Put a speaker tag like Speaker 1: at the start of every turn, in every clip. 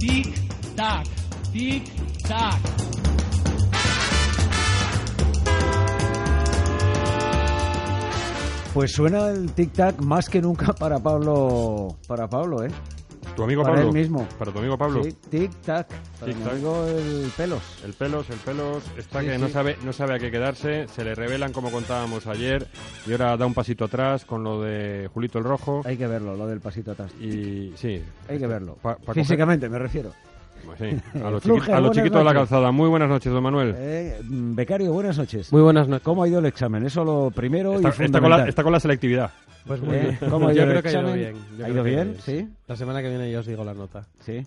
Speaker 1: Tic tac, tic tac.
Speaker 2: Pues suena el tic-tac más que nunca para Pablo, para Pablo, ¿eh?
Speaker 3: Tu amigo
Speaker 2: Para
Speaker 3: Pablo.
Speaker 2: él mismo.
Speaker 3: Para tu amigo Pablo.
Speaker 2: Sí, tic-tac. Para mi
Speaker 3: Tic-tac.
Speaker 2: amigo el pelos.
Speaker 3: El pelos, el pelos, está
Speaker 2: Sí,
Speaker 3: que
Speaker 2: sí.
Speaker 3: no sabe, no sabe a qué quedarse, se le revelan como contábamos ayer, y ahora da un pasito atrás con lo de Julito el Rojo.
Speaker 2: Hay que verlo, lo del pasito atrás.
Speaker 3: Y sí,
Speaker 2: Hay que verlo.
Speaker 3: Pa- pa
Speaker 2: Físicamente, me refiero.
Speaker 3: pues sí, a lo
Speaker 2: Fluge,
Speaker 3: chiquito, a lo
Speaker 2: buenas
Speaker 3: chiquito de la
Speaker 2: noches.
Speaker 3: calzada. Muy buenas noches, don Manuel.
Speaker 2: Eh, mm, becario, buenas noches.
Speaker 4: Muy buenas noches.
Speaker 2: ¿Cómo ha ido el examen? Eso lo primero
Speaker 3: está,
Speaker 2: y
Speaker 3: está con la,
Speaker 2: fundamental.
Speaker 3: está con la selectividad.
Speaker 4: Pues
Speaker 2: Eh,
Speaker 4: muy bien.
Speaker 2: ¿cómo ha
Speaker 4: Yo
Speaker 2: ido el
Speaker 4: creo que ha ido
Speaker 2: examen?
Speaker 4: bien. Yo
Speaker 2: ¿Ha
Speaker 4: creo
Speaker 2: ido
Speaker 4: que
Speaker 2: bien? ¿Sí?
Speaker 4: La semana que viene yo os digo la nota.
Speaker 2: Sí.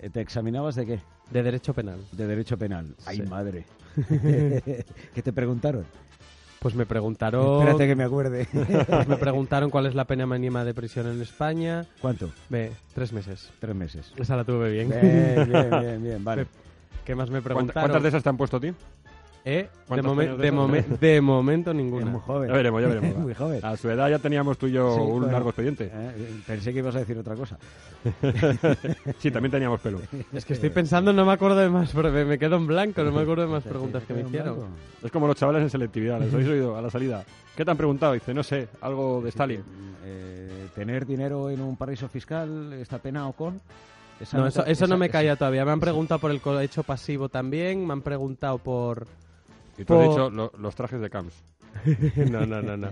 Speaker 2: Eh, ¿Te examinabas de qué?
Speaker 4: De derecho penal.
Speaker 2: De derecho penal. Ay,
Speaker 4: Sí.
Speaker 2: madre. ¿Qué te preguntaron?
Speaker 4: Pues me preguntaron,
Speaker 2: Espérate que me acuerde.
Speaker 4: pues me preguntaron cuál es la pena mínima de prisión en España.
Speaker 2: ¿Cuánto?
Speaker 4: Ve, tres meses.
Speaker 2: Tres meses.
Speaker 4: Esa la tuve bien.
Speaker 2: Bien, bien, bien, bien, vale.
Speaker 4: ¿Qué más me
Speaker 3: ¿Cuántas,
Speaker 4: preguntaron?
Speaker 3: cuántas de esas te han puesto a ti?
Speaker 4: Eh, de,
Speaker 3: cuántas
Speaker 4: momen-
Speaker 3: penas de
Speaker 4: de,
Speaker 3: esas?
Speaker 4: momen- de momento
Speaker 2: Es
Speaker 4: ninguna.
Speaker 2: muy joven.
Speaker 3: Ya veremos, ya veremos. va.
Speaker 2: Pues Muy joven.
Speaker 3: A su edad ya teníamos tú y yo
Speaker 2: Sí,
Speaker 3: un
Speaker 2: bueno,
Speaker 3: largo expediente.
Speaker 2: eh, pensé que ibas a decir otra cosa.
Speaker 3: Sí, también teníamos pelo.
Speaker 4: Es que estoy pensando, no me acuerdo de más, pero me, me quedo en blanco, no me acuerdo de más preguntas que me hicieron.
Speaker 3: Es como los chavales en selectividad, les habéis oído a la salida. ¿Qué te han preguntado? Dice, no sé, algo de Stalin.
Speaker 2: Eh, tener dinero en un paraíso fiscal está penado con. Esa
Speaker 4: No,
Speaker 2: nota-
Speaker 4: eso, eso
Speaker 2: esa-
Speaker 4: no me calla
Speaker 2: esa-
Speaker 4: todavía. Me han preguntado por el cohecho pasivo también, me han preguntado por...
Speaker 3: Y tú has
Speaker 4: Po-
Speaker 3: dicho lo- los trajes de Camps.
Speaker 4: no, no, no, no.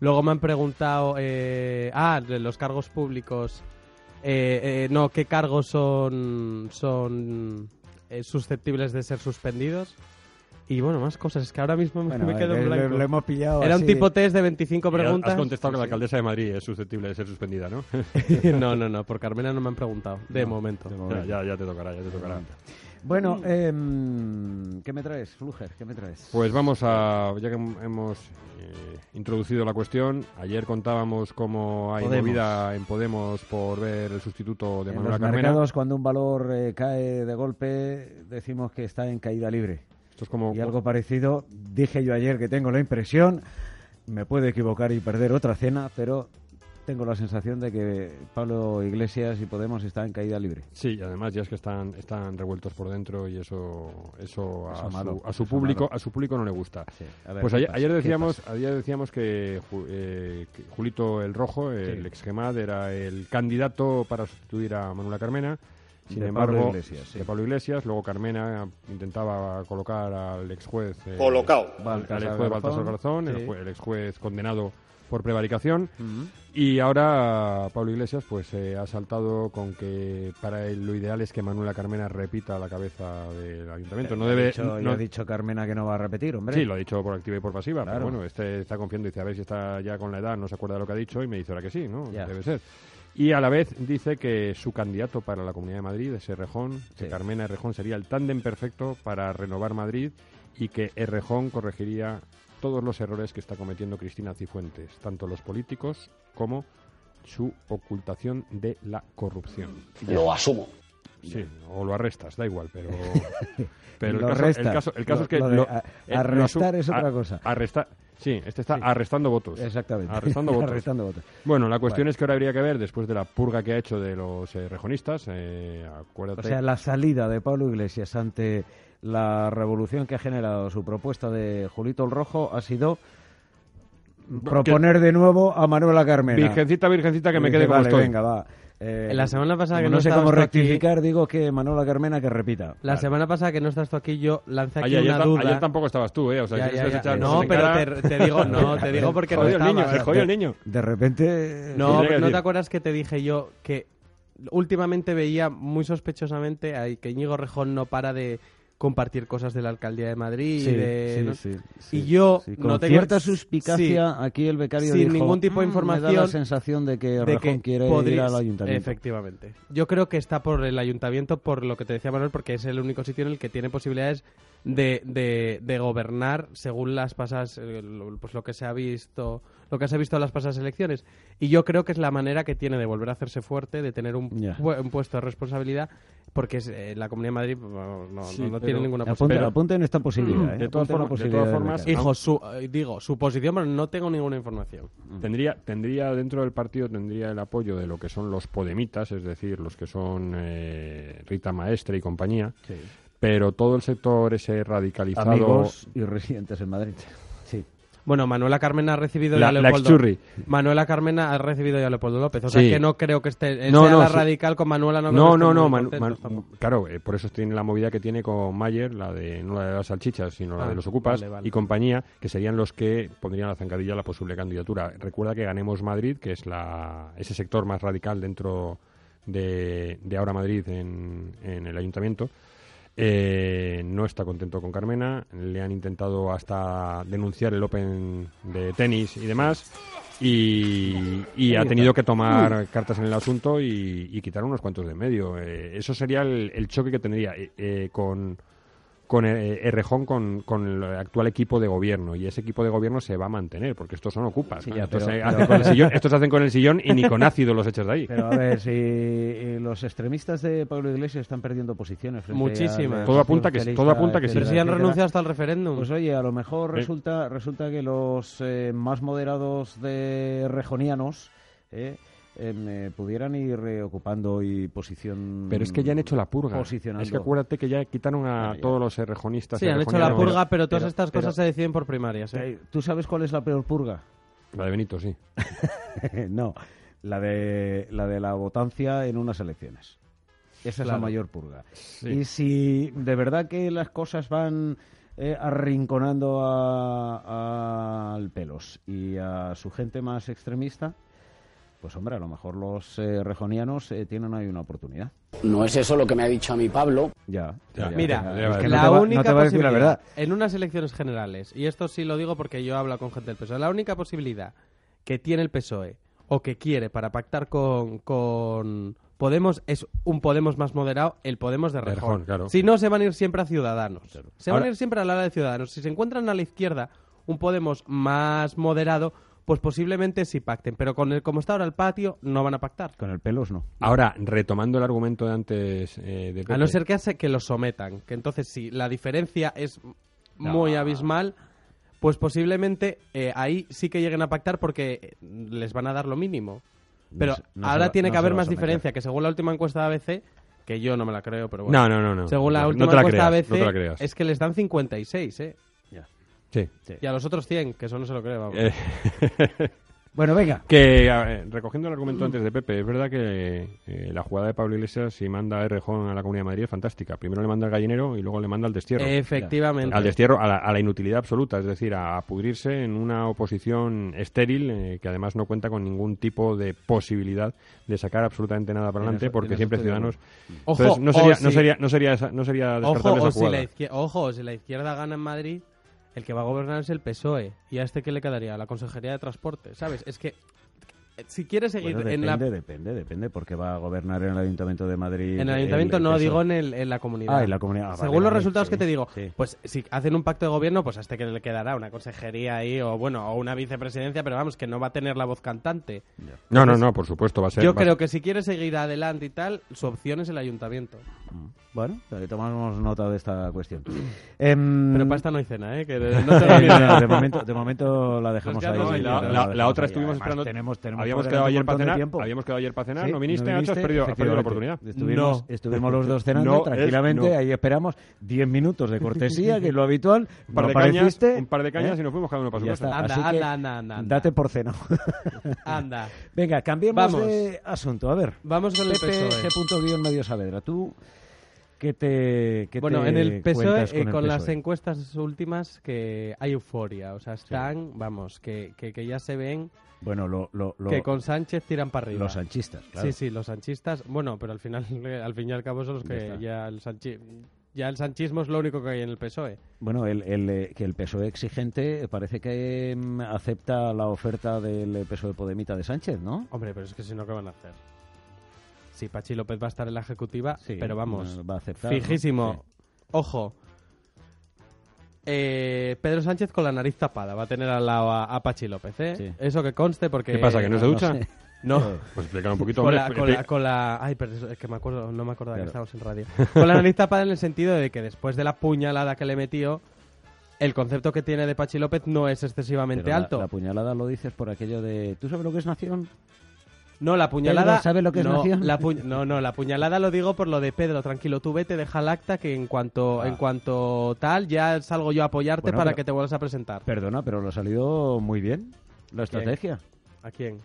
Speaker 4: Luego me han preguntado, eh, ah, de los cargos públicos. Eh, eh, no, ¿qué cargos son, son eh, susceptibles de ser suspendidos? Y bueno, más cosas. Es que ahora mismo me,
Speaker 2: Bueno,
Speaker 4: me quedo
Speaker 2: eh,
Speaker 4: en
Speaker 2: le-
Speaker 4: blanco.
Speaker 2: Lo hemos pillado.
Speaker 4: Era
Speaker 2: así.
Speaker 4: un tipo test de 25
Speaker 3: Has
Speaker 4: preguntas.
Speaker 3: contestado que la alcaldesa de Madrid es susceptible de ser suspendida, ¿no?
Speaker 4: no, no, no, por Carmena no me han preguntado. De momento.
Speaker 2: de
Speaker 3: ya, ya, ya te tocará, ya te tocará.
Speaker 2: Bueno,
Speaker 4: Mm.
Speaker 2: em, ¿qué me traes, Fluger? ¿Qué me traes?
Speaker 3: Pues vamos a, ya que hem- hemos eh, introducido la cuestión, ayer contábamos cómo hay
Speaker 2: Podemos.
Speaker 3: movida en Podemos por ver el sustituto de
Speaker 2: en
Speaker 3: Manuela
Speaker 2: los
Speaker 3: Carmena.
Speaker 2: mercados, cuando un valor eh, cae de golpe, decimos que está en caída libre.
Speaker 3: Esto es como
Speaker 2: Y algo parecido, dije yo ayer que tengo la impresión, me puedo equivocar y perder otra cena, pero tengo la sensación de que Pablo Iglesias y Podemos están en caída libre.
Speaker 3: Sí, y además ya es que están, están revueltos por dentro y eso, eso,
Speaker 2: Eso
Speaker 3: a,
Speaker 2: malo,
Speaker 3: su, a su
Speaker 2: eso
Speaker 3: público,
Speaker 2: malo.
Speaker 3: a su público no le gusta.
Speaker 2: Sí, a ver,
Speaker 3: pues
Speaker 2: ¿qué
Speaker 3: ayer,
Speaker 2: pasa?
Speaker 3: ayer
Speaker 2: ¿Qué
Speaker 3: decíamos, ayer decíamos que, Ju- eh, que Julito el Rojo, el
Speaker 2: Sí.
Speaker 3: ex Gemad, era el candidato para sustituir a Manuela Carmena. Sin
Speaker 2: De Pablo
Speaker 3: embargo,
Speaker 2: Iglesias, sí.
Speaker 3: de Pablo Iglesias, luego Carmena intentaba colocar al ex juez eh,
Speaker 5: Colocao.
Speaker 3: al-
Speaker 2: Baltasar
Speaker 3: al ex juez Baltasar
Speaker 2: Garzón.
Speaker 3: Garzón, el,
Speaker 4: Sí.
Speaker 3: jue- el ex juez condenado por prevaricación. Y ahora Pablo Iglesias pues eh, ha saltado con que para él lo ideal es que Manuela Carmena repita la cabeza del ayuntamiento. No
Speaker 2: Ya
Speaker 3: debe.
Speaker 2: ha dicho, ya
Speaker 3: no-
Speaker 2: ha dicho Carmena que no va a repetir, hombre.
Speaker 3: sí, lo ha dicho por activa y por pasiva.
Speaker 2: Claro.
Speaker 3: Pero bueno, este está confiando y dice a ver si está ya con la edad, no se acuerda de lo que ha dicho y me dice ahora que sí, ¿no?
Speaker 2: Ya.
Speaker 3: Debe ser. Y a la vez dice que su candidato para la Comunidad de Madrid es Errejón,
Speaker 2: Sí.
Speaker 3: que Carmena Errejón sería el tándem perfecto para renovar Madrid y que Errejón corregiría todos los errores que está cometiendo Cristina Cifuentes, tanto los políticos como su ocultación de la corrupción.
Speaker 5: Lo asumo.
Speaker 3: Sí, o lo arrestas, da igual, pero...
Speaker 2: Lo
Speaker 3: el, caso,
Speaker 2: restas.
Speaker 3: el caso- el caso
Speaker 2: Lo-
Speaker 3: es que...
Speaker 2: lo de
Speaker 3: lo-
Speaker 2: a-
Speaker 3: eh, lo
Speaker 2: arrestar
Speaker 3: asu-
Speaker 2: es otra cosa.
Speaker 3: Arrestar, sí, este está arrestando votos.
Speaker 2: Exactamente.
Speaker 3: Arrestando votos.
Speaker 2: Arrestando votos.
Speaker 3: Bueno, la cuestión
Speaker 2: Bueno.
Speaker 3: es que ahora habría que ver, después de la purga que ha hecho de los eh, rejonistas, eh, acuérdate...
Speaker 2: O sea, la salida de Pablo Iglesias ante la revolución que ha generado su propuesta de Julito el Rojo ha sido proponer de nuevo a Manuela Carmena.
Speaker 3: Virgencita, virgencita, que me
Speaker 2: Dice,
Speaker 3: quede como
Speaker 2: vale,
Speaker 3: estoy.
Speaker 2: venga, va. Eh,
Speaker 4: La semana pasada
Speaker 2: como
Speaker 4: que
Speaker 2: no
Speaker 4: no
Speaker 2: sé cómo
Speaker 4: estabas tú aquí-
Speaker 2: rectificar, digo que Manuela Carmena que repita.
Speaker 4: La semana pasada que no estás tú aquí, yo lancé
Speaker 3: Ay,
Speaker 4: aquí
Speaker 3: ayer,
Speaker 4: una
Speaker 3: ta-
Speaker 4: duda.
Speaker 3: ayer tampoco estabas tú, ¿eh? O sea,
Speaker 4: Ya,
Speaker 3: quieres
Speaker 4: ya, ya.
Speaker 3: echar
Speaker 4: No,
Speaker 3: en
Speaker 4: pero
Speaker 3: cara.
Speaker 4: te, te digo, no, te digo porque no
Speaker 3: Jodió el
Speaker 4: estaba.
Speaker 3: niño, se jodió el niño.
Speaker 2: De repente...
Speaker 4: No,
Speaker 3: Tendría que
Speaker 4: pero ¿no
Speaker 3: decir.
Speaker 4: te acuerdas que te dije yo que últimamente veía muy sospechosamente a que Íñigo Rejón no para de compartir cosas de la alcaldía de Madrid
Speaker 2: Sí,
Speaker 4: y de.
Speaker 2: sí,
Speaker 4: ¿no?
Speaker 2: sí,
Speaker 4: Y
Speaker 2: sí,
Speaker 4: yo
Speaker 2: sí.
Speaker 4: no
Speaker 2: Con
Speaker 4: tengo-
Speaker 2: cierta suspicacia,
Speaker 4: Sí.
Speaker 2: aquí el becario
Speaker 4: Sin
Speaker 2: dijo,
Speaker 4: ningún tipo de
Speaker 2: "Mm, Me da la
Speaker 4: información
Speaker 2: sensación de que
Speaker 4: de
Speaker 2: Rejón
Speaker 4: que
Speaker 2: quiere ir
Speaker 4: podrías-
Speaker 2: al ayuntamiento.
Speaker 4: Efectivamente. Yo creo que está por el ayuntamiento, por lo que te decía Manuel, porque es el único sitio en el que tiene posibilidades de, de- de gobernar según las pasas, eh, lo- pues lo que se ha visto, lo que se ha visto en las pasadas elecciones. Y yo creo que es la manera que tiene de volver a hacerse fuerte, de tener un,
Speaker 2: Ya.
Speaker 4: pu- un puesto de responsabilidad, porque es, eh, la Comunidad de Madrid bueno, no,
Speaker 3: Sí,
Speaker 4: no- no pues Mm,
Speaker 3: pero-
Speaker 4: tiene ninguna
Speaker 2: Apunta,
Speaker 4: posibilidad.
Speaker 2: apunta en esta posibilidad. ¿eh?
Speaker 3: De todas
Speaker 2: Apunta en la
Speaker 3: formas- de
Speaker 2: posibilidad
Speaker 3: todas
Speaker 2: del
Speaker 3: formas,
Speaker 2: becario.
Speaker 4: Hijo, su- eh, digo, su posición, pero no tengo ninguna información.
Speaker 3: Tendría, tendría dentro del partido tendría el apoyo de lo que son los podemitas, es decir, los que son eh, Rita Maestre y compañía, pero todo el sector ese radicalizado,
Speaker 2: Amigos y residentes en Madrid. Sí.
Speaker 4: Bueno, Manuela Carmen ha recibido
Speaker 3: La-
Speaker 4: ya a
Speaker 3: la
Speaker 4: Leopoldo.
Speaker 3: exchurri.
Speaker 4: Manuela Carmen ha recibido ya a Leopoldo López. O sea
Speaker 3: Sí.
Speaker 4: que no creo que esté.
Speaker 3: No,
Speaker 4: sea
Speaker 3: no,
Speaker 4: la
Speaker 3: sí.
Speaker 4: radical con Manuela no creo
Speaker 3: No,
Speaker 4: que
Speaker 3: no,
Speaker 4: estén
Speaker 3: no,
Speaker 4: muy
Speaker 3: Manu-
Speaker 4: contentos
Speaker 3: Manu-
Speaker 4: tampoco.
Speaker 3: claro, eh, por eso tiene la movida que tiene con Mayer, la de no la de las salchichas, sino la
Speaker 4: Ah,
Speaker 3: de los ocupas
Speaker 4: vale, vale.
Speaker 3: y compañía, que serían los que pondrían a la zancadilla la posible candidatura. Recuerda que ganemos Madrid, que es la ese sector más radical dentro de, de ahora Madrid en, en el ayuntamiento. eh, no está contento con Carmena, le han intentado hasta denunciar el Open de tenis y demás, y, y ha tenido que tomar cartas en el asunto y, y quitar unos cuantos de en medio. Eh, eso sería el, el choque que tendría eh, eh, con, con eh, Errejón, con, con el actual equipo de gobierno. Y ese equipo de gobierno se va a mantener, porque estos son ocupas.
Speaker 2: Sí,
Speaker 3: ¿no?
Speaker 2: ya,
Speaker 3: estos,
Speaker 2: pero-
Speaker 3: se hacen con el sillón, estos se hacen con el sillón y ni con ácido los echas de ahí.
Speaker 2: Pero a ver, si eh, los extremistas de Pablo Iglesias están perdiendo posiciones. frente
Speaker 4: Muchísimas.
Speaker 2: al
Speaker 4: Todo
Speaker 2: Partido
Speaker 3: apunta que sí,
Speaker 2: Socialista,
Speaker 3: todo apunta que sí.
Speaker 4: Pero si
Speaker 2: etcétera,
Speaker 4: han
Speaker 2: etcétera.
Speaker 4: renunciado hasta el referéndum.
Speaker 2: Pues oye, a lo mejor
Speaker 3: Eh.
Speaker 2: resulta, resulta que los eh, más moderados de rejonianos eh, em, eh, pudieran ir eh, ocupando y posición.
Speaker 3: Pero es que ya han hecho la purga.
Speaker 2: Posicionando.
Speaker 3: Es que acuérdate que ya quitaron a
Speaker 2: Ah, ya.
Speaker 3: todos los errejonistas.
Speaker 4: sí, han hecho la
Speaker 3: errejonianos.
Speaker 4: purga, pero, todas
Speaker 2: pero-
Speaker 4: estas
Speaker 2: pero-
Speaker 4: cosas se deciden por primarias. ¿eh?
Speaker 2: Eh, ¿Tú sabes cuál es la peor purga?
Speaker 3: La de Benito, sí.
Speaker 2: no, la de, la de la votancia en unas elecciones. Esa es la
Speaker 4: Claro.
Speaker 2: mayor purga.
Speaker 3: Sí.
Speaker 2: Y si de verdad que las cosas van eh, arrinconando a- a- al pelos y a su gente más extremista, pues hombre, a lo mejor los eh, rejonianos eh, tienen ahí una oportunidad.
Speaker 5: No es eso lo que me ha dicho a mí Pablo.
Speaker 2: Ya.
Speaker 3: Ya,
Speaker 4: Mira,
Speaker 3: ya, ya,
Speaker 2: es que no
Speaker 3: ya.
Speaker 4: la
Speaker 2: te va-
Speaker 4: única
Speaker 2: no te va a decir la
Speaker 4: posibilidad,
Speaker 2: verdad.
Speaker 4: En unas elecciones generales, y esto sí lo digo porque yo hablo con gente del PSOE, la única posibilidad que tiene el PSOE o que quiere para pactar con, con Podemos es un Podemos más moderado, el Podemos de Rejón.
Speaker 3: Rejón, claro.
Speaker 4: Si no, se van a ir siempre a Ciudadanos. Se van
Speaker 3: Ahora-
Speaker 4: a ir siempre a la ala de Ciudadanos. Si se encuentran a la izquierda un Podemos más moderado, pues posiblemente sí pacten. Pero con el como está ahora el patio, no van a pactar.
Speaker 2: Con el pelos no.
Speaker 3: Ahora, retomando el argumento de antes eh, de
Speaker 4: A
Speaker 3: Pepe.
Speaker 4: no ser que, hace que los sometan. Que entonces, si la diferencia es
Speaker 3: Ah.
Speaker 4: muy abismal, pues posiblemente eh, ahí sí que lleguen a pactar porque eh, les van a dar lo mínimo. Pero
Speaker 2: No se- no se
Speaker 4: ahora
Speaker 2: va-
Speaker 4: tiene
Speaker 2: no
Speaker 4: que
Speaker 2: se
Speaker 4: haber
Speaker 2: va a
Speaker 4: más
Speaker 2: someter.
Speaker 4: diferencia, que según la última encuesta de ABC, que yo no me la creo, pero bueno.
Speaker 3: No, no, no, no.
Speaker 4: Según la
Speaker 3: No te
Speaker 4: última
Speaker 3: la
Speaker 4: encuesta
Speaker 3: creas, no
Speaker 4: de
Speaker 3: te la
Speaker 4: ABC,
Speaker 3: creas.
Speaker 4: es que les dan 56, ¿eh?
Speaker 3: Sí.
Speaker 4: Y a los otros 100, que eso no se lo creo, vamos.
Speaker 3: Eh,
Speaker 2: Bueno, venga.
Speaker 3: que eh, recogiendo el argumento antes de Pepe, es verdad que eh, la jugada de Pablo Iglesias, si manda a Errejón a la Comunidad de Madrid, es fantástica. Primero le manda al gallinero y luego le manda al destierro.
Speaker 4: Efectivamente.
Speaker 3: al destierro, a la, a la inutilidad absoluta, es decir, a, pudrirse en una oposición estéril eh, que además no cuenta con ningún tipo de posibilidad de sacar absolutamente nada para
Speaker 2: En
Speaker 3: adelante
Speaker 2: eso-
Speaker 3: porque
Speaker 2: en eso
Speaker 3: siempre
Speaker 2: estoy de
Speaker 3: Ciudadanos...
Speaker 4: Ojo,
Speaker 3: Entonces, no
Speaker 4: o
Speaker 3: sería, no
Speaker 4: si-
Speaker 3: sería, no sería, esa- no sería descartable
Speaker 4: Ojo, o
Speaker 3: esa
Speaker 4: si
Speaker 3: jugada.
Speaker 4: la izquier- ojo, o si la izquierda gana en Madrid, el que va a gobernar es el PSOE. ¿Y a este qué le quedaría? La Consejería de Transporte, ¿sabes? Es que eh, si quieres seguir
Speaker 2: Bueno,
Speaker 4: en,
Speaker 2: depende,
Speaker 4: la,
Speaker 2: depende, depende, porque va a gobernar en el Ayuntamiento de Madrid.
Speaker 4: en el ayuntamiento, no,
Speaker 2: PSOE.
Speaker 4: digo en, el- en la comunidad.
Speaker 2: E. Ah, en la comunidad. Ah,
Speaker 4: Según
Speaker 2: vale,
Speaker 4: los
Speaker 2: vale,
Speaker 4: resultados
Speaker 2: sí,
Speaker 4: que te digo,
Speaker 2: sí.
Speaker 4: pues si hacen un pacto de gobierno, pues a este que le quedará una consejería ahí o bueno, o una vicepresidencia, pero vamos, que no va a tener la voz cantante.
Speaker 3: No, no, no, por supuesto, va a ser...
Speaker 4: Yo
Speaker 3: va a-
Speaker 4: creo que si quieres seguir adelante y tal, su opción es el ayuntamiento.
Speaker 2: Bueno, eh, tomamos nota de esta cuestión. Em,
Speaker 4: Pero para esta no hay cena, ¿eh? Que no te lo
Speaker 2: eh,
Speaker 4: pierdas.
Speaker 2: no, de, momento, de momento la dejamos
Speaker 4: Nos quedamos
Speaker 2: ahí.
Speaker 4: ahí,
Speaker 3: La,
Speaker 4: la-
Speaker 2: la
Speaker 3: la-
Speaker 2: dejamos
Speaker 3: la otra
Speaker 2: ahí.
Speaker 3: estuvimos
Speaker 2: Además,
Speaker 3: esperando.
Speaker 2: tenemos- tenemos
Speaker 3: habíamos,
Speaker 2: por
Speaker 3: quedado
Speaker 2: delante
Speaker 3: ayer
Speaker 2: un
Speaker 3: para
Speaker 2: montón de
Speaker 3: cenar,
Speaker 2: tiempo.
Speaker 3: habíamos quedado ayer para cenar.
Speaker 2: Sí,
Speaker 3: no viniste, Nacho, has
Speaker 2: viniste,
Speaker 3: perdido, has perdido la oportunidad.
Speaker 2: efectivamente. Estuvimos,
Speaker 4: No.
Speaker 2: estuvimos los dos cenando
Speaker 3: No, él
Speaker 2: tranquilamente,
Speaker 3: no.
Speaker 2: ahí esperamos 10 minutos de cortesía, que es lo habitual.
Speaker 3: Un par,
Speaker 2: no
Speaker 3: de cañas,
Speaker 2: apareciste,
Speaker 3: un par de cañas
Speaker 2: ¿eh?
Speaker 3: y nos fuimos cada uno para su
Speaker 2: Ya
Speaker 3: casa.
Speaker 2: está.
Speaker 4: Anda,
Speaker 2: Así que
Speaker 4: anda, anda, anda, anda.
Speaker 2: Date por cena.
Speaker 4: Anda.
Speaker 2: Venga, cambiemos
Speaker 4: Vamos.
Speaker 2: de asunto. A ver,
Speaker 4: Vamos con el
Speaker 2: Pepe,
Speaker 4: PSOE.
Speaker 2: G. Guión Medio Saavedra, tú... ¿Qué te, qué
Speaker 4: Bueno,
Speaker 2: te
Speaker 4: en el PSOE,
Speaker 2: cuentas
Speaker 4: eh, con,
Speaker 2: el
Speaker 4: las
Speaker 2: PSOE?
Speaker 4: encuestas últimas, que hay euforia. O sea, están, vamos, que, que, que ya se ven
Speaker 2: Bueno, lo, lo, lo-
Speaker 4: que con Sánchez tiran para arriba.
Speaker 2: los sanchistas, claro.
Speaker 4: Sí, sí, los sanchistas. Bueno, pero al final, eh, al fin y al cabo, son los
Speaker 2: Ya
Speaker 4: que
Speaker 2: está.
Speaker 4: ya el Sanchi Ya el sanchismo es lo único que hay en el PSOE.
Speaker 2: Bueno, el, el, eh, que el PSOE exigente eh, parece que mm, acepta la oferta del eh, PSOE Podemita de Sánchez, ¿no?
Speaker 4: Hombre, pero es que si no, ¿qué van a hacer? Sí, Pachi López va a estar en la ejecutiva,
Speaker 2: Sí,
Speaker 4: pero vamos,
Speaker 2: eh, va a aceptar, ¿no?
Speaker 4: fijísimo. Ojo. Eh, Pedro Sánchez con la nariz tapada va a tener al lado a, a Pachi López, ¿eh?
Speaker 2: Sí.
Speaker 4: Eso que conste porque...
Speaker 3: ¿Qué pasa, que no se ducha?
Speaker 2: sé.
Speaker 4: No.
Speaker 3: Pues explicar un poquito.
Speaker 4: Con
Speaker 3: hombre,
Speaker 4: la, con, la,
Speaker 3: expli-
Speaker 4: con la- Ay, pero es que me acuerdo, no me acordaba que
Speaker 2: Claro.
Speaker 4: estábamos en radio. Con la nariz tapada en el sentido de que después de la puñalada que le metió, el concepto que tiene de Pachi López no es excesivamente
Speaker 2: Pero la-
Speaker 4: alto.
Speaker 2: La, puñalada lo dices por aquello de. ¿Tú sabes lo que es nación?
Speaker 4: No, la puñalada.
Speaker 2: Pedro, ¿sabe lo que es
Speaker 4: no,
Speaker 2: nación?
Speaker 4: la puñ- no, no, la puñalada lo digo por lo de Pedro, tranquilo, tú vete, deja el acta que en cuanto, en cuanto tal, ya salgo yo a
Speaker 2: Ah.
Speaker 4: apoyarte
Speaker 2: Bueno,
Speaker 4: para
Speaker 2: pero-
Speaker 4: que te vuelvas a presentar.
Speaker 2: Perdona, pero lo ha salido muy bien la
Speaker 4: ¿Quién?
Speaker 2: estrategia
Speaker 4: ¿A quién?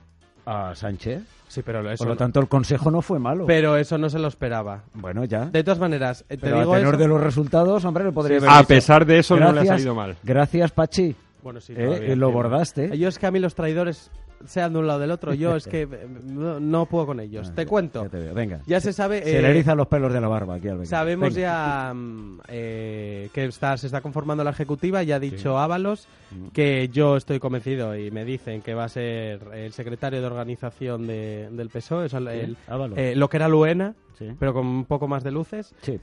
Speaker 2: a Sánchez.
Speaker 4: Sí, pero eso.
Speaker 2: Por lo
Speaker 4: no-
Speaker 2: tanto, el consejo no fue malo.
Speaker 4: pero eso no se lo esperaba.
Speaker 2: bueno, ya.
Speaker 4: De todas maneras, eh, te
Speaker 2: pero
Speaker 4: digo
Speaker 2: a tenor
Speaker 4: eso-
Speaker 2: de los resultados, hombre, le podría
Speaker 4: Sí,
Speaker 2: haber
Speaker 3: A
Speaker 2: dicho,
Speaker 3: pesar de eso, no le ha
Speaker 2: "Gracias,
Speaker 3: salido mal.
Speaker 2: Gracias, Pachi.
Speaker 4: Bueno, sí,
Speaker 2: Eh,
Speaker 4: todavía,
Speaker 2: eh, lo
Speaker 4: entiendo.
Speaker 2: bordaste.
Speaker 4: Yo es que a mí los traidores, sean de un lado o del otro, yo es que eh, no, no puedo con ellos.
Speaker 2: Ah,
Speaker 4: Te
Speaker 2: ya-
Speaker 4: cuento.
Speaker 2: ya te veo. Venga.
Speaker 4: Ya se sabe.
Speaker 2: Se le
Speaker 4: eh,
Speaker 2: erizan los pelos de la barba aquí al Becker.
Speaker 4: Sabemos
Speaker 2: Venga.
Speaker 4: ya mm, eh, que está, se está conformando la ejecutiva, ya ha dicho Ábalos que yo estoy convencido y me dicen que va a ser el secretario de organización de- del PSOE, o sea, el-
Speaker 2: Ábalos.
Speaker 4: eh, lo que era Luena,
Speaker 2: Sí.
Speaker 4: pero con un poco más de luces.
Speaker 2: Sí.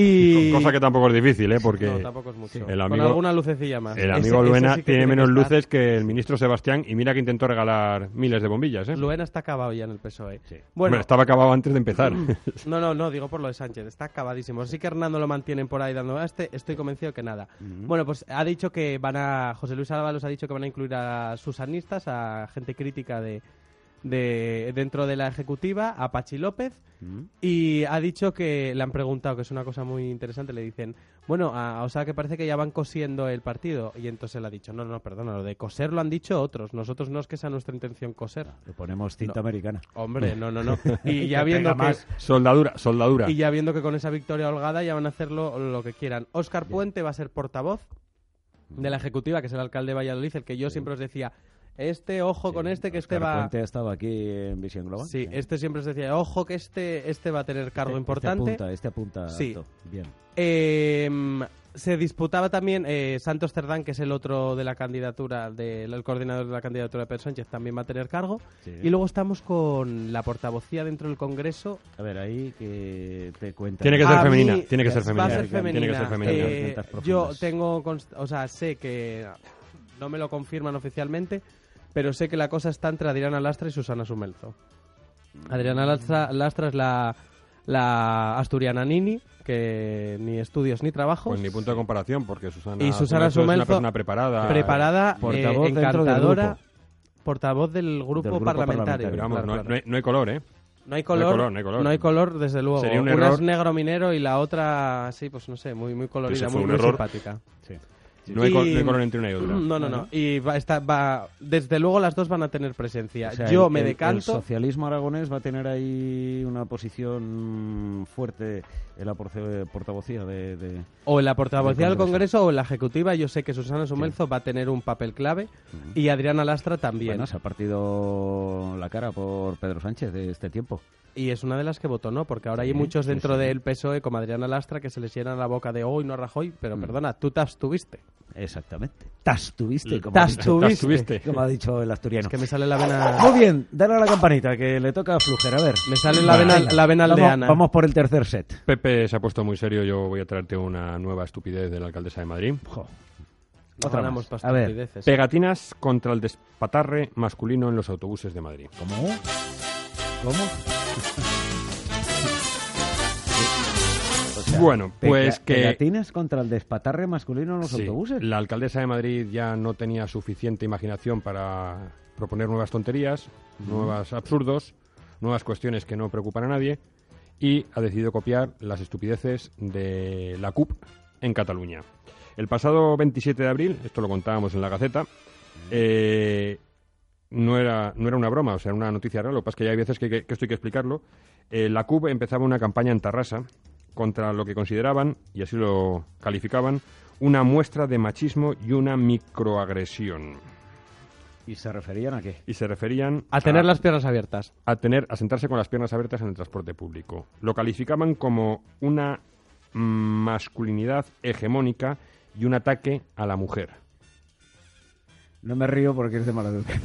Speaker 4: Y...
Speaker 3: Cosa que tampoco es difícil, ¿eh? Porque
Speaker 4: No, tampoco es mucho.
Speaker 3: el
Speaker 4: con
Speaker 3: amigo-
Speaker 4: alguna lucecilla más.
Speaker 3: el
Speaker 4: Ese-
Speaker 3: amigo
Speaker 4: ese
Speaker 3: Luena
Speaker 4: sí que
Speaker 3: tiene
Speaker 4: que
Speaker 3: menos
Speaker 4: estar.
Speaker 3: luces que el ministro Sebastián. Y mira que intentó regalar miles de bombillas, ¿eh?
Speaker 4: Luena está acabado ya en el PSOE.
Speaker 3: Bueno,
Speaker 4: E. Bueno,
Speaker 3: estaba acabado antes de empezar.
Speaker 4: No, no, no, digo por lo de Sánchez, está acabadísimo. Sí que Hernando lo mantienen por ahí dando a este, estoy convencido que nada. Bueno, pues ha dicho que van a. José Luis Ábalos ha dicho que van a incluir a susanistas, a gente crítica de, de dentro de la ejecutiva, a Pachi López.
Speaker 2: Mm,
Speaker 4: Y ha dicho que le han preguntado, que es una cosa muy interesante, le dicen, bueno, a- o sea que parece que ya van cosiendo el partido. Y entonces él ha dicho, no, no, perdona, lo de coser lo han dicho otros, nosotros no es que sea nuestra intención coser.
Speaker 2: Le ponemos cinta americana.
Speaker 4: Hombre, no, no, no. Y
Speaker 2: Que
Speaker 4: ya viendo
Speaker 2: pega
Speaker 4: que,
Speaker 2: más.
Speaker 3: soldadura, soldadura.
Speaker 4: y ya viendo que con esa victoria holgada ya van a hacerlo lo que quieran. Óscar Puente va a ser portavoz de la ejecutiva, que es el alcalde de Valladolid, el que yo siempre os decía, este, ojo con este, que este
Speaker 2: Oscar
Speaker 4: va...
Speaker 2: Puente ha estado aquí en Visión Global.
Speaker 4: Sí, este siempre os decía, ojo que este, este va a tener cargo importante.
Speaker 2: Este apunta, este apunta
Speaker 4: Sí.
Speaker 2: alto. Bien.
Speaker 4: Eh, se disputaba también eh, Santos Cerdán, que es el otro de la candidatura, del el coordinador de la candidatura de Pedro Sánchez, también va a tener cargo.
Speaker 2: Sí.
Speaker 4: Y luego estamos con la portavocía dentro del Congreso,
Speaker 2: A ver, ahí que te Ah, cuenta.
Speaker 3: Tiene que
Speaker 4: A
Speaker 3: ser femenina,
Speaker 4: mí
Speaker 3: tiene que ser
Speaker 4: Va a
Speaker 3: femenina.
Speaker 4: ser femenina.
Speaker 3: Tiene que ser femenina.
Speaker 4: Eh,
Speaker 2: Preguntas profundas.
Speaker 4: yo tengo, const- o sea, sé que no me lo confirman oficialmente, pero sé que la cosa está entre Adriana Lastra y Susana Sumelzo. Adriana
Speaker 2: Mm.
Speaker 4: Lastra, Lastra es la, la asturiana Nini, que ni estudios ni trabajos.
Speaker 3: Pues ni punto de comparación, porque Susana,
Speaker 4: Y
Speaker 3: Sumelzo
Speaker 4: Susana
Speaker 3: es una
Speaker 4: Sumelzo,
Speaker 3: persona preparada.
Speaker 4: preparada,
Speaker 2: portavoz
Speaker 4: eh,
Speaker 2: dentro del
Speaker 4: encantadora,
Speaker 2: grupo.
Speaker 4: portavoz del grupo,
Speaker 2: grupo
Speaker 4: parlamentario.
Speaker 2: parlamentario.
Speaker 3: Pero vamos,
Speaker 4: Claro,
Speaker 3: no, hay-
Speaker 4: claro.
Speaker 3: no hay, no hay color, ¿eh?
Speaker 4: No hay color,
Speaker 3: color, no hay color.
Speaker 4: color, desde luego.
Speaker 3: Sería un
Speaker 4: Una
Speaker 3: error.
Speaker 4: es negro minero y la otra, sí, pues no sé, muy, muy colorida,
Speaker 3: Pues fue
Speaker 4: muy,
Speaker 3: un
Speaker 4: muy
Speaker 3: error.
Speaker 4: simpática.
Speaker 3: No hay,
Speaker 4: Y-
Speaker 3: col- no hay color entre una y otra.
Speaker 4: No, no, no. Y va, está, va, desde luego las dos van a tener presencia.
Speaker 2: O sea,
Speaker 4: Yo
Speaker 2: el-
Speaker 4: me
Speaker 2: el- El
Speaker 4: decanto.
Speaker 2: socialismo aragonés va a tener ahí una posición fuerte en la porce- portavocía de. de-
Speaker 4: O en la portavocía
Speaker 2: Del
Speaker 4: del Congreso o en la ejecutiva, yo sé que Susana Sumelzo va a tener un papel clave y Adriana Lastra también.
Speaker 2: Bueno, se ha partido la cara por Pedro Sánchez de este tiempo.
Speaker 4: Y es una de las que votó, ¿no? Porque ahora hay
Speaker 2: Sí,
Speaker 4: muchos
Speaker 2: sí,
Speaker 4: dentro
Speaker 2: sí.
Speaker 4: del PSOE, E, como Adriana Lastra, que se les llena la boca de hoy no a Rajoy, pero
Speaker 2: Mm.
Speaker 4: perdona, tú te abstuviste.
Speaker 2: Exactamente. Tas tuviste, como,
Speaker 4: Te
Speaker 2: ha dicho,
Speaker 4: abstuviste.
Speaker 3: Tuviste.
Speaker 2: como ha dicho el asturiano.
Speaker 4: Es que me sale la vena.
Speaker 2: Muy bien, dale a la campanita que le toca a Fluger. A ver.
Speaker 4: Me sale la
Speaker 2: Venga,
Speaker 4: vena,
Speaker 2: venga.
Speaker 4: la vena
Speaker 2: Vamos-
Speaker 4: aldeana.
Speaker 2: Vamos por el tercer set.
Speaker 3: Pepe se ha puesto muy serio. Yo voy a traerte una nueva estupidez de la alcaldesa de Madrid.
Speaker 2: Jo.
Speaker 4: No
Speaker 2: otra
Speaker 4: ganamos
Speaker 2: más.
Speaker 4: pa'
Speaker 2: A ver,
Speaker 4: estupideces.
Speaker 3: Pegatinas contra el despatarre masculino en los autobuses de Madrid.
Speaker 2: ¿Cómo? ¿Cómo?
Speaker 3: Bueno, pues que-
Speaker 2: Pegatines contra el despatarre masculino en los
Speaker 3: Sí,
Speaker 2: autobuses.
Speaker 3: La alcaldesa de Madrid ya no tenía suficiente imaginación para proponer nuevas tonterías,
Speaker 2: Mm.
Speaker 3: nuevos absurdos, nuevas cuestiones que no preocupan a nadie y ha decidido copiar las estupideces de la CUP en Cataluña. El pasado 27 de abril, esto lo contábamos en la Gaceta, eh, no era, no era una broma, o sea, era una noticia real. Lo que pasa es que ya hay veces que, que- que esto hay que explicarlo. Eh, la CUB empezaba una campaña en Tarrasa contra lo que consideraban, y así lo calificaban, una muestra de machismo y una microagresión.
Speaker 2: ¿Y se referían a qué?
Speaker 3: Y se referían
Speaker 4: A tener
Speaker 2: Ah.
Speaker 4: las piernas abiertas.
Speaker 3: a tener a sentarse con las piernas abiertas en el transporte público. Lo calificaban como una masculinidad hegemónica y un ataque a la mujer.
Speaker 2: No me río porque es de mala educación.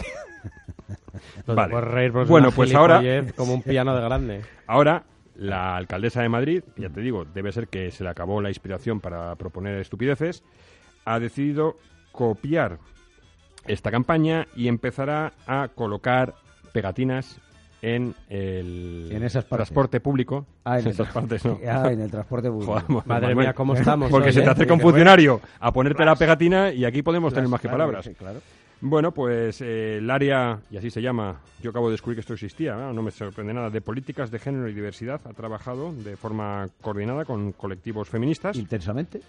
Speaker 4: No te
Speaker 3: Vale.
Speaker 4: puedes reír porque es
Speaker 3: Bueno,
Speaker 4: una
Speaker 3: pues ahora-
Speaker 4: gilipollez como un piano de grande.
Speaker 3: Ahora, la alcaldesa de Madrid, ya te digo, debe ser que se le acabó la inspiración para proponer estupideces, ha decidido copiar esta campaña y empezará a colocar pegatinas en el
Speaker 2: En esas partes.
Speaker 3: transporte público.
Speaker 2: Ah, en
Speaker 3: en
Speaker 2: el
Speaker 3: esas
Speaker 2: tra-
Speaker 3: partes no.
Speaker 2: Ah, en el transporte público.
Speaker 3: Joder, Manuel,
Speaker 4: Madre mía, cómo estamos.
Speaker 3: Porque
Speaker 4: hoy,
Speaker 3: se te
Speaker 4: ¿eh?
Speaker 3: acerca un funcionario a ponerte la pegatina y aquí podemos tener más que
Speaker 2: Claro,
Speaker 3: palabras.
Speaker 2: sí, claro.
Speaker 3: Bueno, pues eh, el área, y así se llama, yo acabo de descubrir que esto existía, ¿no? no me sorprende nada, de políticas de género y diversidad ha trabajado de forma coordinada con colectivos feministas.
Speaker 2: Intensamente.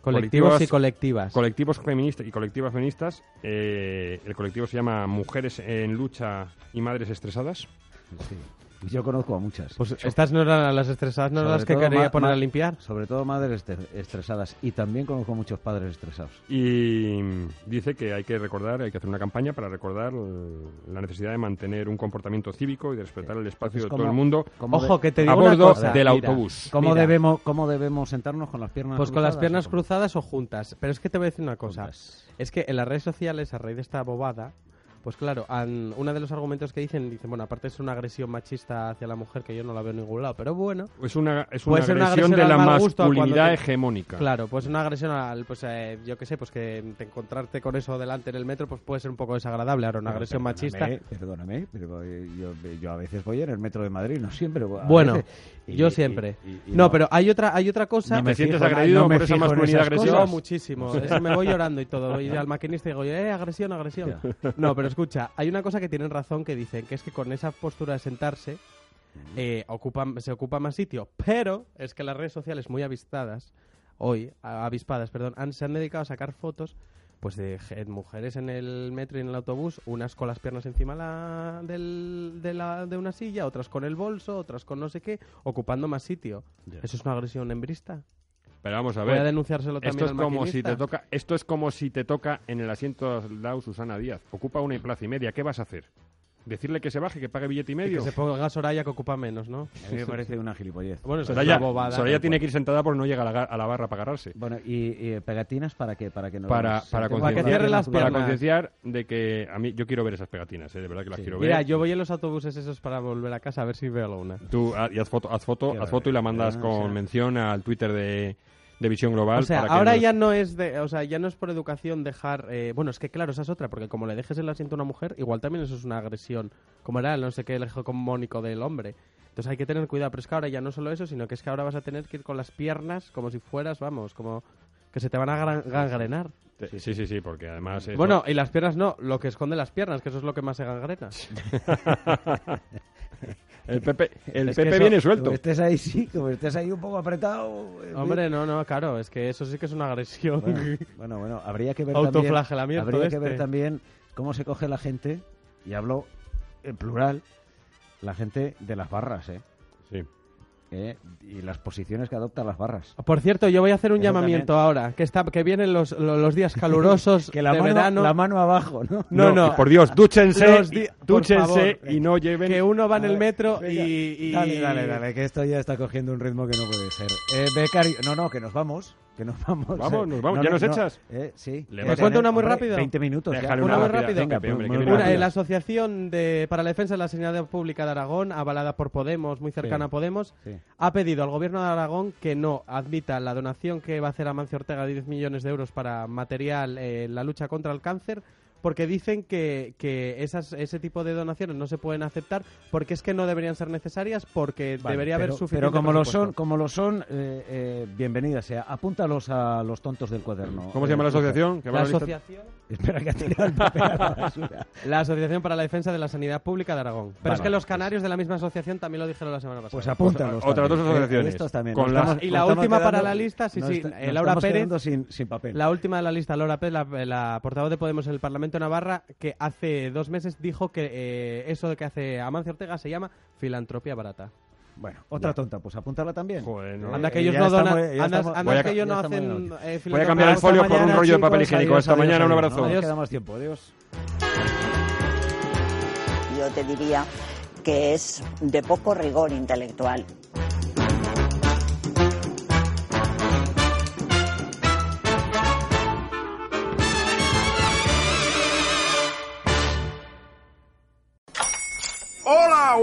Speaker 4: Colectivos y
Speaker 3: colectivas-
Speaker 4: colectivas.
Speaker 3: Colectivos feministas y colectivas feministas. eh, el colectivo se llama Mujeres en Lucha y Madres Estresadas.
Speaker 2: Sí. Yo conozco a muchas.
Speaker 4: pues estas no eran las estresadas, no eran
Speaker 2: Sobre
Speaker 4: las que
Speaker 2: todo
Speaker 4: quería
Speaker 2: ma-
Speaker 4: poner
Speaker 2: ma-
Speaker 4: a limpiar.
Speaker 2: Sobre todo madres este- estresadas. Y también conozco muchos padres estresados.
Speaker 3: Y mm, dice que hay que recordar, hay que hacer una campaña para recordar eh, la necesidad de mantener un comportamiento cívico y de respetar el espacio de
Speaker 2: Entonces,
Speaker 3: todo el
Speaker 2: ¿cómo-
Speaker 3: mundo
Speaker 2: cómo
Speaker 4: Ojo,
Speaker 2: de-
Speaker 4: que te
Speaker 3: a
Speaker 4: digo una
Speaker 3: bordo
Speaker 4: cosa.
Speaker 3: del
Speaker 4: mira.
Speaker 3: autobús.
Speaker 2: ¿Cómo
Speaker 4: Mira.
Speaker 2: debemos, ¿Cómo debemos sentarnos con las piernas
Speaker 4: Pues con las piernas
Speaker 2: o cómo?
Speaker 4: cruzadas o juntas. Pero es que te voy a decir una cosa.
Speaker 2: Juntas.
Speaker 4: Es que en las redes sociales, a raíz de esta bobada, pues claro, han- uno de los argumentos que dicen, dicen, bueno, aparte es una agresión machista hacia la mujer que yo no la veo en ningún lado, pero bueno.
Speaker 3: Es una, es
Speaker 4: Puede
Speaker 3: una
Speaker 4: ser una
Speaker 3: agresión de
Speaker 4: agresión
Speaker 3: la
Speaker 4: al mal gusto a cuando
Speaker 3: masculinidad
Speaker 4: te-
Speaker 3: hegemónica.
Speaker 4: Claro, pues una agresión al, pues eh, yo qué sé, pues que te encontrarte con eso delante en el metro, pues puede ser un poco desagradable. Ahora, una
Speaker 2: Pero
Speaker 4: agresión
Speaker 2: perdóname,
Speaker 4: machista.
Speaker 2: Perdóname, pero eh, yo, yo a veces voy en el metro de Madrid, no siempre. a
Speaker 4: Bueno,
Speaker 2: veces. Y-
Speaker 4: yo
Speaker 2: y-
Speaker 4: siempre.
Speaker 2: y- y
Speaker 4: no, pero hay otra, hay otra cosa.
Speaker 3: ¿Te
Speaker 2: me
Speaker 3: sientes
Speaker 2: fijo en-
Speaker 3: agredido
Speaker 2: no me
Speaker 3: por
Speaker 2: fijo
Speaker 3: esa
Speaker 2: en
Speaker 3: masculinidad
Speaker 2: esas
Speaker 3: agresiva?
Speaker 2: cosas.
Speaker 4: Yo muchísimo. Es que me voy llorando y todo. Voy al maquinista y digo, eh, agresión, agresión. No, pero escucha, hay una cosa que tienen razón que dicen, que es que con esa postura de sentarse eh, ocupan- se ocupa más sitio. Pero es que las redes sociales muy avistadas, hoy, a- avispadas, perdón, han- se han dedicado a sacar fotos pues de je- mujeres en el metro y en el autobús, unas con las piernas encima la- del- de, la- de una silla, otras con el bolso, otras con no sé qué, ocupando más sitio.
Speaker 3: Ya.
Speaker 4: ¿Eso es una agresión hembrista?
Speaker 3: Pero vamos a
Speaker 4: Voy a
Speaker 3: ver.
Speaker 4: denunciárselo también
Speaker 3: Esto es
Speaker 4: al
Speaker 3: como si
Speaker 4: maquinista.
Speaker 3: te toca, esto es como si te toca en el asiento al lado Susana Díaz. Ocupa una y plaza y media. ¿Qué vas a hacer? Decirle que se baje, que pague billete y
Speaker 4: Y
Speaker 3: medio. Pues
Speaker 4: Que se ponga Soraya que ocupa menos, ¿no?
Speaker 2: A mí me parece una gilipollez.
Speaker 4: Bueno, eso es
Speaker 3: Soraya,
Speaker 4: una bobada.
Speaker 3: Soraya tiene que ir sentada porque no llega a la, ga- a la barra para agarrarse.
Speaker 2: Bueno, y, y pegatinas para qué? Para que nos
Speaker 3: Para, para,
Speaker 4: Para que
Speaker 3: concienciar-
Speaker 4: cierre las
Speaker 3: para
Speaker 4: piernas.
Speaker 3: concienciar de que a mí yo quiero ver esas pegatinas, eh, de verdad que las quiero ver.
Speaker 4: Mira, yo voy en los autobuses esos para volver a casa a ver si veo alguna.
Speaker 3: Tú ha- y haz foto, haz foto,
Speaker 2: Quiero
Speaker 3: haz foto y
Speaker 2: ver.
Speaker 3: la mandas
Speaker 2: Ah,
Speaker 3: con
Speaker 2: o sea.
Speaker 3: mención al Twitter de, de Visión Global.
Speaker 4: O sea,
Speaker 3: para que
Speaker 4: ahora
Speaker 3: nos-
Speaker 4: ya no es de, o sea, ya no es por educación dejar, eh, bueno, es que claro, esa es otra, porque como le dejes el asiento a una mujer, igual también eso es una agresión, como era el no sé qué el con mónico del hombre. Entonces hay que tener cuidado, pero es que ahora ya no solo eso, sino que es que ahora vas a tener que ir con las piernas como si fueras, vamos, como que se te van a gran- gangrenar.
Speaker 3: Te- Sí, sí, sí, porque además. eso-
Speaker 4: Bueno, y las piernas no, lo que esconde las piernas, que eso es lo que más se gangrena.
Speaker 3: el Pepe, el
Speaker 4: Es que
Speaker 3: Pepe
Speaker 4: eso-
Speaker 3: viene
Speaker 2: Como
Speaker 3: suelto.
Speaker 2: estés ahí, sí, como estés ahí un poco apretado. eh,
Speaker 4: Hombre, no, no, claro, es que eso sí que es una agresión.
Speaker 2: Bueno, bueno, bueno, habría que ver también.
Speaker 4: Autoflagelamiento
Speaker 2: Habría que
Speaker 4: este.
Speaker 2: ver también cómo se coge la gente, y hablo en plural, la gente de las barras, ¿eh?
Speaker 3: Sí.
Speaker 2: ¿Eh? Y las posiciones que adoptan las barras.
Speaker 4: Por cierto, yo voy a hacer un
Speaker 2: Eso
Speaker 4: llamamiento ahora, que está, que vienen los, lo- los días calurosos
Speaker 2: Que la,
Speaker 4: de
Speaker 2: mano,
Speaker 4: verano.
Speaker 2: la mano abajo, ¿no?
Speaker 4: No, no.
Speaker 3: y Por Dios, dúchense,
Speaker 4: Los di- por
Speaker 3: dúchense
Speaker 4: favor.
Speaker 3: y no lleven.
Speaker 4: Que uno va en
Speaker 2: A
Speaker 4: el
Speaker 2: ver,
Speaker 4: metro y,
Speaker 2: venga,
Speaker 4: y-
Speaker 2: Dale, dale, dale, que esto ya está cogiendo un ritmo que no puede ser. Eh, becario, no, no, que nos vamos. Que nos vamos.
Speaker 3: Vamos,
Speaker 2: eh.
Speaker 3: nos vamos, ¿ya nos echas?
Speaker 2: eh, sí. Eh,
Speaker 3: Le vas-
Speaker 4: ¿Te cuento
Speaker 2: tener-
Speaker 4: una muy
Speaker 2: hombre,
Speaker 4: rápido?
Speaker 2: 20 minutos. ya.
Speaker 3: Déjale
Speaker 4: una muy rápida.
Speaker 3: Venga,
Speaker 2: Venga, pues,
Speaker 3: hombre,
Speaker 2: muy
Speaker 3: que viene
Speaker 4: Una,
Speaker 3: rápido.
Speaker 4: eh, la Asociación de, para la Defensa de la Sanidad Pública de Aragón, avalada por Podemos, muy
Speaker 2: Sí.
Speaker 4: cercana a Podemos,
Speaker 2: Sí.
Speaker 4: ha pedido al gobierno de Aragón que no admita la donación que va a hacer Amancio Ortega de 10 millones de euros para material eh, en la lucha contra el cáncer, porque dicen que, que esas, ese tipo de donaciones no se pueden aceptar porque es que no deberían ser necesarias, porque
Speaker 2: Vale,
Speaker 4: debería haber
Speaker 2: pero-
Speaker 4: suficiente.
Speaker 2: Pero como lo
Speaker 4: presupuesto.
Speaker 2: son, como lo son eh, eh, bienvenida sea. Apúntalos a los tontos del cuaderno.
Speaker 3: ¿Cómo
Speaker 2: Eh,
Speaker 3: se llama la
Speaker 2: Lucas.
Speaker 3: asociación? Que va
Speaker 4: La
Speaker 3: a la lista-
Speaker 4: asociación,
Speaker 2: Espera que ha tirado el papel a la basura.
Speaker 4: la Asociación para la Defensa de la Sanidad Pública de Aragón. Pero
Speaker 2: Vale,
Speaker 4: es que los canarios de la misma asociación también lo dijeron la semana pasada.
Speaker 2: Pues apúntalos.
Speaker 3: Otras
Speaker 2: también.
Speaker 3: dos
Speaker 2: Eh,
Speaker 3: asociaciones.
Speaker 2: estos también.
Speaker 3: Con
Speaker 2: Nos
Speaker 3: las-
Speaker 2: estamos-
Speaker 4: Y la
Speaker 2: nos estamos
Speaker 4: última para
Speaker 2: quedando-
Speaker 4: la lista, sí,
Speaker 2: nos
Speaker 4: sí,
Speaker 2: est-
Speaker 4: eh,
Speaker 2: nos
Speaker 4: Laura
Speaker 2: estamos
Speaker 4: Pérez.
Speaker 2: quedando sin, sin papel.
Speaker 4: La última de la lista, Laura Pérez, la, la portavoz de Podemos en el Parlamento de Navarra, que hace dos meses dijo que eh, eso que hace Amancio Ortega se llama filantropía barata.
Speaker 2: Bueno, otra tonta, pues apuntarla también.
Speaker 3: Joder, no.
Speaker 4: Anda
Speaker 2: Eh,
Speaker 4: que ellos
Speaker 2: ya
Speaker 4: no
Speaker 2: estamos-
Speaker 4: donan,
Speaker 2: ya
Speaker 4: anda-
Speaker 2: estamos-
Speaker 4: anda
Speaker 3: voy a
Speaker 4: que
Speaker 3: ca-
Speaker 4: ellos no
Speaker 2: ya estamos en la
Speaker 4: hacen
Speaker 2: última.
Speaker 4: eh,
Speaker 3: Voy a cambiar el
Speaker 4: filantropía
Speaker 3: folio
Speaker 4: barata.
Speaker 3: por un
Speaker 2: mañana,
Speaker 3: rollo de papel
Speaker 2: chicos,
Speaker 3: higiénico.
Speaker 2: adiós,
Speaker 3: Hasta
Speaker 2: adiós,
Speaker 3: mañana, un
Speaker 2: adiós.
Speaker 3: abrazo.
Speaker 2: No nos
Speaker 4: Adiós.
Speaker 2: quedamos tiempo. Adiós.
Speaker 6: yo te diría que es de poco rigor intelectual. Hola,